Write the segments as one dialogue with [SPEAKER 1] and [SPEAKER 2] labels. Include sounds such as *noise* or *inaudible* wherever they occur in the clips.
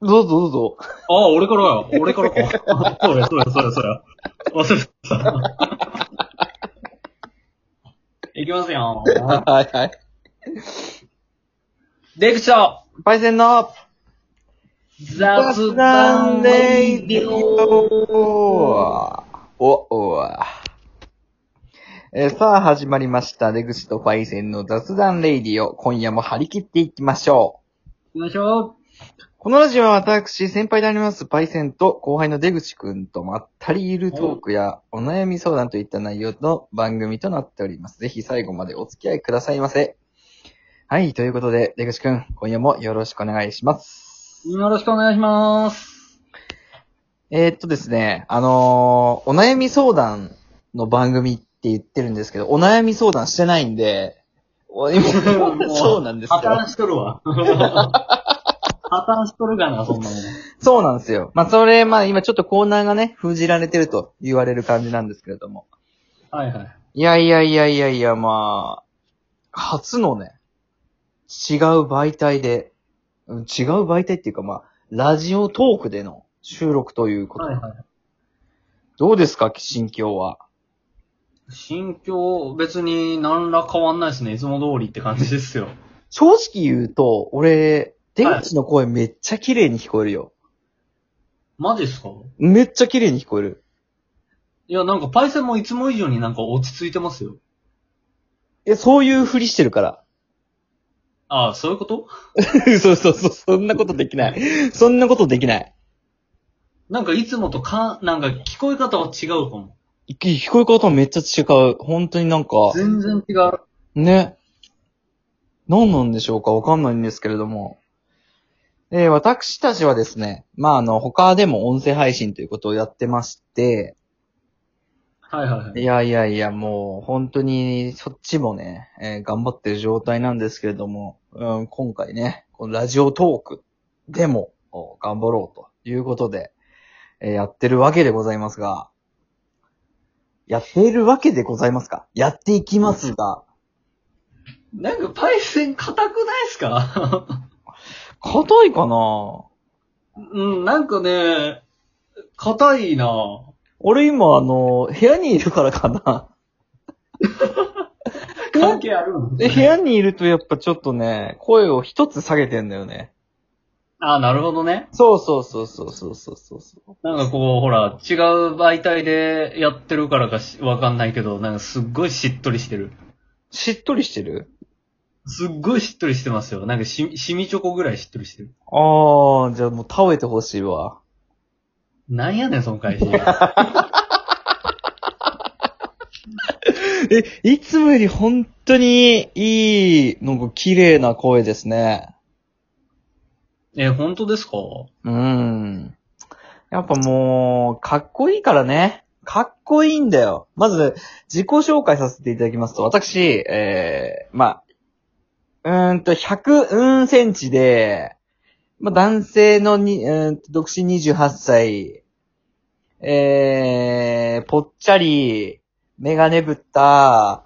[SPEAKER 1] どうぞどうぞ。
[SPEAKER 2] ああ、俺からよ。俺からか。 *laughs* そうや、そうや、そうや、そうや。忘れてた。いきますよ。
[SPEAKER 1] はいはい。
[SPEAKER 2] 出口と
[SPEAKER 1] パイセンの
[SPEAKER 2] 雑談レイディオ
[SPEAKER 1] お、お、えーさあ、始まりました。出口とパイセンの雑談レイディオ。今夜も張り切っていきましょ
[SPEAKER 2] 行きましょう。
[SPEAKER 1] う。このラジオは私、先輩でありますパイセンと後輩の出口くんとまったりいるトークやお悩み相談といった内容の番組となっております。ぜひ最後までお付き合いくださいませ。はい、ということで、出口くん、今夜もよろしくお願いします。
[SPEAKER 2] よろしくお願いします。
[SPEAKER 1] えーっとですね、あのーお悩み相談の番組って言ってるんですけど、お悩み相談してないんで、お今 *laughs* そうなんです
[SPEAKER 2] 破
[SPEAKER 1] よ
[SPEAKER 2] 綻。しとるわ。 *laughs* 破綻しとるがな、そんなもん。
[SPEAKER 1] そうなんですよ。まあ、それ、まあ、今ちょっとコーナーがね、封じられてると言われる感じなんですけれども。
[SPEAKER 2] はいはい。
[SPEAKER 1] いやいやいやいやいや、まあ、初のね、違う媒体で、うん違う媒体っていうかまあ、ラジオトークでの収録ということ。
[SPEAKER 2] はいはい。
[SPEAKER 1] どうですか、心境は。
[SPEAKER 2] 心境、別に何ら変わんないですね。いつも通りって感じですよ。
[SPEAKER 1] 正直言うと、俺、出
[SPEAKER 2] はい
[SPEAKER 1] 口の声めっちゃ綺麗に聞こえるよ。
[SPEAKER 2] マジっすか
[SPEAKER 1] めっちゃ綺麗に聞こえる。
[SPEAKER 2] いや、なんかパイセンもいつも以上になんか落ち着いてますよ。
[SPEAKER 1] え、そういうふりしてるから。 *laughs*
[SPEAKER 2] ああ、そういうこと
[SPEAKER 1] そうそうそう、そんなことできない。そんなことできない。
[SPEAKER 2] なんかいつもとか、なんか聞こえ方は違うかも。
[SPEAKER 1] き聞こえ方めっちゃ違う。本当になんか、
[SPEAKER 2] 全然違う。
[SPEAKER 1] ね。何なんでしょうかわかんないんですけれども。えー私たちはですね、まあ、あの、他でも音声配信ということをやってまして、
[SPEAKER 2] はいはいはい。
[SPEAKER 1] いやいやいや、もう本当にそっちもね、えー頑張ってる状態なんですけれども、うん、今回ね、このラジオトークでもお頑張ろうということで、えーやってるわけでございますが、やっているわけでございますかやっていきますが、
[SPEAKER 2] なんかパイセン硬くないっすか *laughs*
[SPEAKER 1] 硬いかな
[SPEAKER 2] うん、なんかね、硬いなぁ。
[SPEAKER 1] 俺今あの、部屋にいるからか *laughs* な
[SPEAKER 2] 関係あるの
[SPEAKER 1] で部屋にいるとやっぱちょっとね、声を一つ下げてんだよね。
[SPEAKER 2] ああ、なるほどね。
[SPEAKER 1] そうそうそうそうそうそうそうそう。
[SPEAKER 2] なんかこう、ほら、違う媒体でやってるからかしわかんないけど、なんかすっごいしっとりしてる。
[SPEAKER 1] しっとりしてる
[SPEAKER 2] すっごいしっとりしてますよ。なんかし、しみチョコぐらいしっとりしてる。
[SPEAKER 1] ああ、じゃあもう倒れてほしいわ。
[SPEAKER 2] なんやねん、その *laughs* 会社。
[SPEAKER 1] え、いつもより本当にいい、なんか綺麗な声ですね。
[SPEAKER 2] え、本当ですか
[SPEAKER 1] うん。やっぱもう、かっこいいからね。かっこいいんだよ。まず、自己紹介させていただきますと、私、えー、まあ、うーんと、100、うーんセンチで、まあ、男性のに、うーんと、独身28歳、えー、ぽっちゃり、メガネぶった、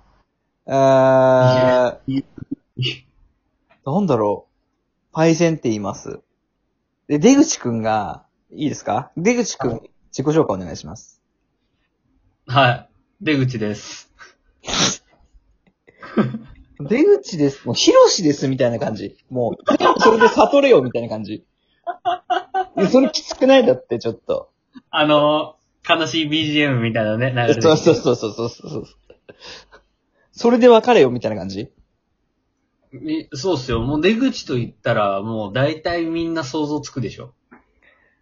[SPEAKER 1] うーん、なんだろう。パイセンって言います。で、出口くんが、いいですか出口くん、自己紹介お願いします。
[SPEAKER 2] はい。出口です。
[SPEAKER 1] 出口です。もう、ヒロシです、みたいな感じ。もう、 *laughs* それで悟れよ、みたいな感じ。でそれきつくないだって、ちょっと。
[SPEAKER 2] あの、悲しい BGM みたいなね、流れで。
[SPEAKER 1] そうそうそうそうそうそう。それで別れよ、みたいな感じ。
[SPEAKER 2] みそうっすよ。もう出口と言ったら、もう大体みんな想像つくでしょ。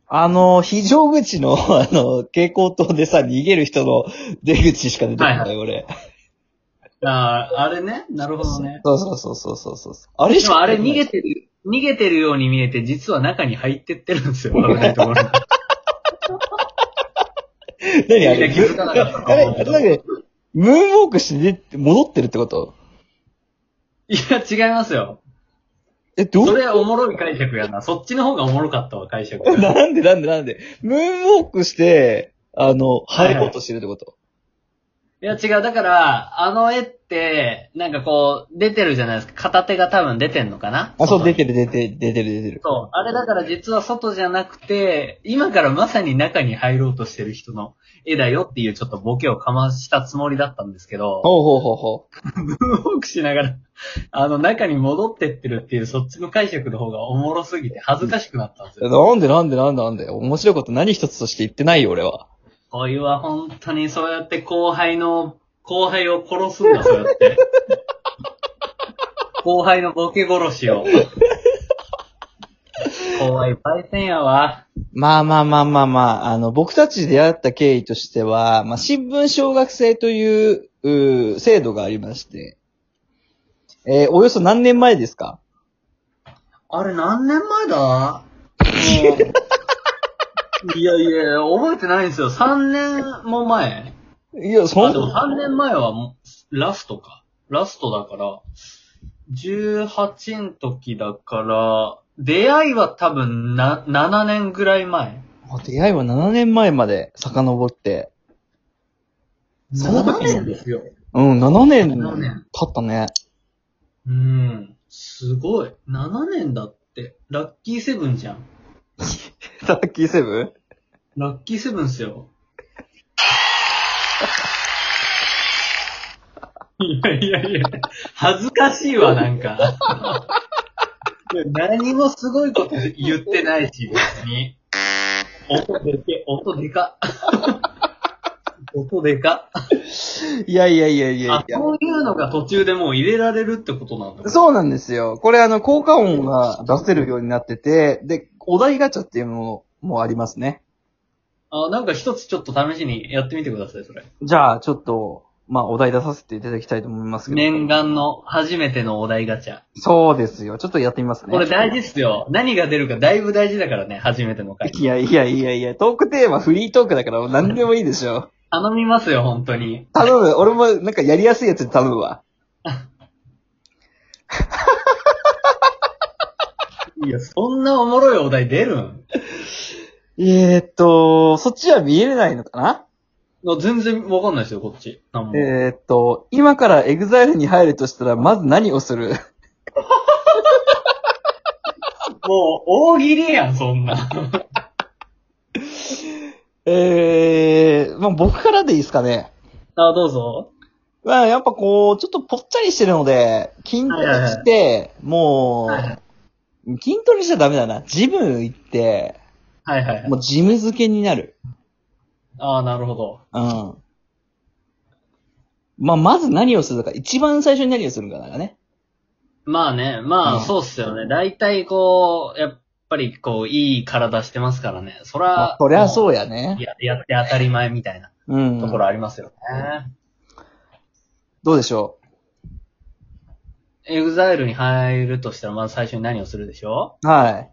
[SPEAKER 1] あの、非常口の、あの、蛍光灯でさ、逃げる人の出口しか出てこな、
[SPEAKER 2] はい
[SPEAKER 1] 俺。
[SPEAKER 2] ああ、あれね。なるほどね。
[SPEAKER 1] そうそうそうそうそうそう。あれ
[SPEAKER 2] でもあれ逃げてる、逃げてるように見えて、実は中に入ってってるんですよ。危ないところに。
[SPEAKER 1] 何あれ
[SPEAKER 2] いや気づかなかった
[SPEAKER 1] あれ、あれなんか、ムーンウォークして出て戻ってるってこと
[SPEAKER 2] いや、違いますよ。
[SPEAKER 1] え、ど
[SPEAKER 2] そうれおもろい解釈やな。そっちの方がおもろかったわ、解釈。
[SPEAKER 1] *laughs* なんでなんでなんでムーンウォークして、あの、
[SPEAKER 2] はいはい
[SPEAKER 1] 入ろうとしてるってこと、
[SPEAKER 2] いや違う、だから、あの絵って、なんかこう、出てるじゃないですか。片手が多分出てんのかな
[SPEAKER 1] あ、そう、出
[SPEAKER 2] る。
[SPEAKER 1] てる出てる、出てる出てる。
[SPEAKER 2] そう。あれだから実は外じゃなくて、今からまさに中に入ろうとしてる人の絵だよっていうちょっとボケをかましたつもりだったんですけど、
[SPEAKER 1] ほうほうほうほう。
[SPEAKER 2] ブームウォークしながら、あの中に戻ってってるっていうそっちの解釈の方がおもろすぎて恥ずかしくなったんですよ。
[SPEAKER 1] なんでなんでなんでなんで面白いこと何一つとして言ってないよ、俺は。
[SPEAKER 2] 恋は本当にそうやって後輩の、後輩を殺すんだ、そうやって。後輩のボケ殺しを。怖いパイセンやわ。
[SPEAKER 1] まあまあまあまあまあ、あの、僕たち出会った経緯としては、まあ、新聞小学生という、うー制度がありまして、えーおよそ何年前ですか
[SPEAKER 2] あれ何年前 *laughs* だもういやいや、覚えてないんですよ。3年も前。
[SPEAKER 1] いや、そ
[SPEAKER 2] あ、でも
[SPEAKER 1] ん、
[SPEAKER 2] 3年前はもうラストか。ラストだから、18の時だから、出会いは多分な、7年ぐらい前。
[SPEAKER 1] 出会いは7年前まで遡って。その時
[SPEAKER 2] 7ですよ。
[SPEAKER 1] うん、7年
[SPEAKER 2] 7年
[SPEAKER 1] 経った *laughs* ね。
[SPEAKER 2] うん。すごい。7年だって。ラッキーセブンじゃん。
[SPEAKER 1] ラッキーセブン
[SPEAKER 2] ラッキーセブンっすよ。いやいやいや、恥ずかしいわ、なんか。何もすごいこと言ってないし、別に。音でけ、音でか。音でか。
[SPEAKER 1] いやいやいやいや
[SPEAKER 2] あ
[SPEAKER 1] い、や。
[SPEAKER 2] そういうのが途中でもう入れられるってことなんだ。
[SPEAKER 1] そうなんですよ。これあの、効果音が出せるようになってて、で、お題ガチャっていうのもありますね。
[SPEAKER 2] あ、なんか一つちょっと試しにやってみてください、それ。
[SPEAKER 1] じゃあ、ちょっと、まあ、お題出させていただきたいと思いますけど。
[SPEAKER 2] 念願の初めてのお題ガチャ。
[SPEAKER 1] そうですよ。ちょっとやってみますね。
[SPEAKER 2] これ大事っすよ。何が出るかだいぶ大事だからね、初めての回。
[SPEAKER 1] いやいやいやいや、トークテーマフリートークだから何でもいいでしょ。
[SPEAKER 2] 頼みますよ、本当に。
[SPEAKER 1] 頼む。俺もなんかやりやすいやつで頼むわ。
[SPEAKER 2] いや、そんなおもろいお題出るん
[SPEAKER 1] えー、っと、そっちは見えれないのかな
[SPEAKER 2] の全然わかんないですよ、こっち。なんも
[SPEAKER 1] えー、っと、今からエグザイルに入るとしたら、まず何をする
[SPEAKER 2] もう、大喜利やん、そんな。
[SPEAKER 1] えー、まあ僕からでいいですかね。
[SPEAKER 2] あ、どうぞ。
[SPEAKER 1] まあやっぱこう、ちょっとぽっちゃりしてるので、筋トレして、もう、
[SPEAKER 2] はいはい
[SPEAKER 1] 筋トレしちゃダメだな。ジム行って、
[SPEAKER 2] はいはいはい。
[SPEAKER 1] もうジム漬けになる。
[SPEAKER 2] ああ、なるほど。
[SPEAKER 1] うん。まあ、まず何をするか、一番最初に何をするかだね。
[SPEAKER 2] まあね、ま
[SPEAKER 1] う
[SPEAKER 2] あ、
[SPEAKER 1] ん
[SPEAKER 2] そうっすよね。大体こう、やっぱりこう、いい体してますからね。そ
[SPEAKER 1] ま
[SPEAKER 2] ら
[SPEAKER 1] あ、、そりゃ
[SPEAKER 2] う
[SPEAKER 1] そうやね。
[SPEAKER 2] や。やって当たり前みたいな
[SPEAKER 1] うん。
[SPEAKER 2] ところありますよね。
[SPEAKER 1] どうでしょ
[SPEAKER 2] エグザイルに入るとしたら、まず最初に何をするでしょ
[SPEAKER 1] うはい。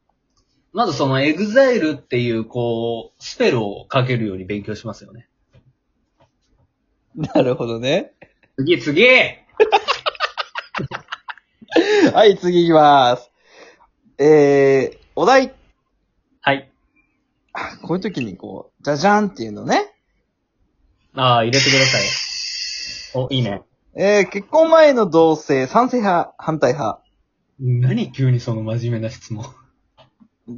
[SPEAKER 1] *laughs*
[SPEAKER 2] まずそのエグザイルっていう、こう、スペルをかけるように勉強しますよね。
[SPEAKER 1] なるほどね。
[SPEAKER 2] 次、次
[SPEAKER 1] はい、次行きます。えー、お題、
[SPEAKER 2] はい。
[SPEAKER 1] あこういう時にこう、じゃじゃんっていうのね。
[SPEAKER 2] ああ、入れてください。 *laughs* お、いいね。
[SPEAKER 1] えー、結婚前の同性、賛成派、反対派。
[SPEAKER 2] 何急にその真面目な質問。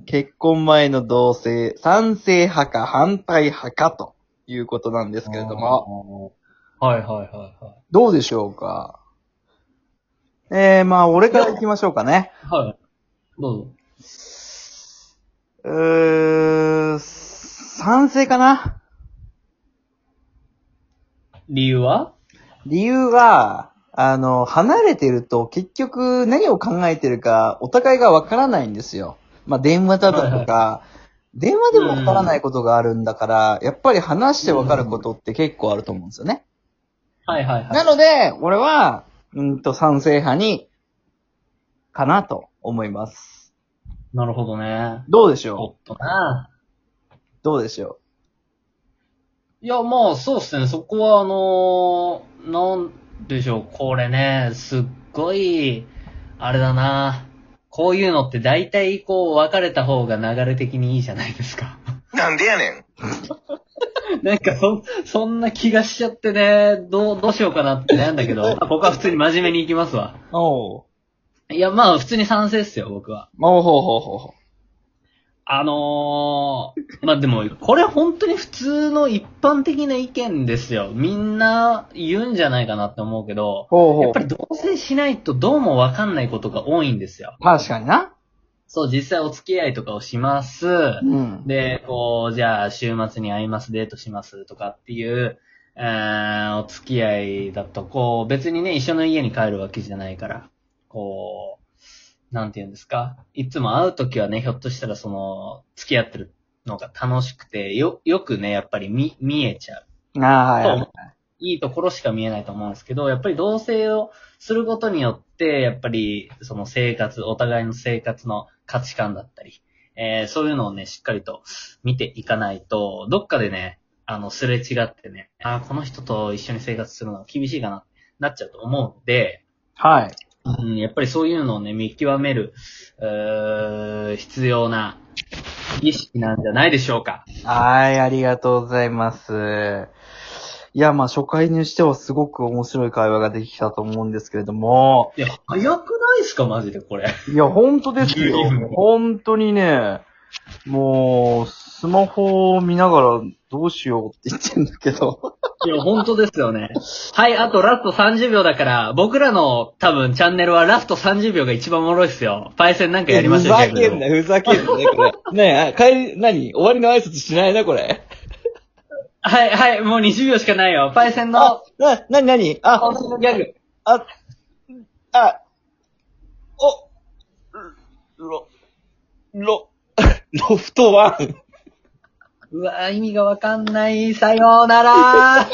[SPEAKER 1] 結婚前の同性、賛成派か反対派かということなんですけれども。
[SPEAKER 2] も。はいはいはいは
[SPEAKER 1] どうでしょうかえー、まあ、俺から行きましょうかね。
[SPEAKER 2] い。はい。どうぞ。
[SPEAKER 1] うーん、賛成かな
[SPEAKER 2] 理由は
[SPEAKER 1] 理由は、あの、離れてると結局何を考えてるかお互いがわからないんですよ。まあ、電話だとか、
[SPEAKER 2] はい
[SPEAKER 1] 電話でもわからないことがあるんだから、やっぱり話してわかることって結構あると思うんですよね。
[SPEAKER 2] はいはいは。
[SPEAKER 1] ないので、俺は、うんと賛成派に、かなと思います。
[SPEAKER 2] なるほどね。
[SPEAKER 1] どうでしょ
[SPEAKER 2] おっとな。
[SPEAKER 1] うどうでしょう
[SPEAKER 2] いや、まあ、そうっすね。そこは、あのーなんでしょう。これね、すっごい、あれだな。こういうのって大体、こう、別れた方が流れ的にいいじゃないですか。
[SPEAKER 3] なんでやねん。
[SPEAKER 2] *laughs* なんかそ、そんな気がしちゃってね、どう、どうしようかなって悩んだけど、 *laughs* まあここは普通に真面目に行きますわ。
[SPEAKER 1] おう。
[SPEAKER 2] いや、まあ普通に賛成っすよ、僕は。
[SPEAKER 1] まあ、ほうほうほうほ
[SPEAKER 2] あのー、まあでも、これ本当に普通の一般的な意見ですよ。みんな言うんじゃないかなって思うけど、
[SPEAKER 1] う。ほ
[SPEAKER 2] や
[SPEAKER 1] う
[SPEAKER 2] っぱ
[SPEAKER 1] ほ
[SPEAKER 2] り同棲しないとどうもわかんないことが多いんですよ。
[SPEAKER 1] う。確かにな。
[SPEAKER 2] そう、実際お付き合いとかをします。
[SPEAKER 1] うん。
[SPEAKER 2] で、こう、じゃあ、週末に会います、デートしますとかっていう、えー、お付き合いだと、こう、別にね、一緒の家に帰るわけじゃないから、こう、なんて言うんですか。いつも会うときはね、ひょっとしたらその、付き合ってるのが楽しくて、よ、よくね、やっぱり見、見えちゃう。
[SPEAKER 1] ああ、はいはい。
[SPEAKER 2] いいところしか見えないと思うんですけど、やっぱり同棲をすることによって、やっぱりその生活、お互いの生活の価値観だったり、えーそういうのをね、しっかりと見ていかないと、どっかでね、あの、すれ違ってね、あーこの人と一緒に生活するのは厳しいかな、なっちゃうと思うんで、
[SPEAKER 1] はい。
[SPEAKER 2] うん、やっぱりそういうのをね、見極める、うー必要な意識なんじゃないでしょうか。
[SPEAKER 1] はい、ありがとうございます。いや、まあ、初回にしてはすごく面白い会話ができたと思うんですけれども、
[SPEAKER 2] いや、早くないですか、マジでこれ。
[SPEAKER 1] いや、本当ですよ
[SPEAKER 2] 12分。
[SPEAKER 1] 本当にね、もう、スマホを見ながらどうしようって言ってんだけど。
[SPEAKER 2] いや、本当ですよね。はい、あとラスト30秒だから、僕らの多分チャンネルはラスト30秒が一番おもろいっすよ。パイセンなんかやりましょう
[SPEAKER 1] ふざけんな、ふざけんなね、これ。ねえ、帰り、何終わりの挨拶しないな、これ。
[SPEAKER 2] はい、はい、もう20秒しかないよ。パイセンの
[SPEAKER 1] あ、、な、なになにあ、
[SPEAKER 2] 本当のギャグ。
[SPEAKER 1] あ、あ、お、ろ、ろ、ロフトワン。
[SPEAKER 2] うわー意味がわかんない。さようなら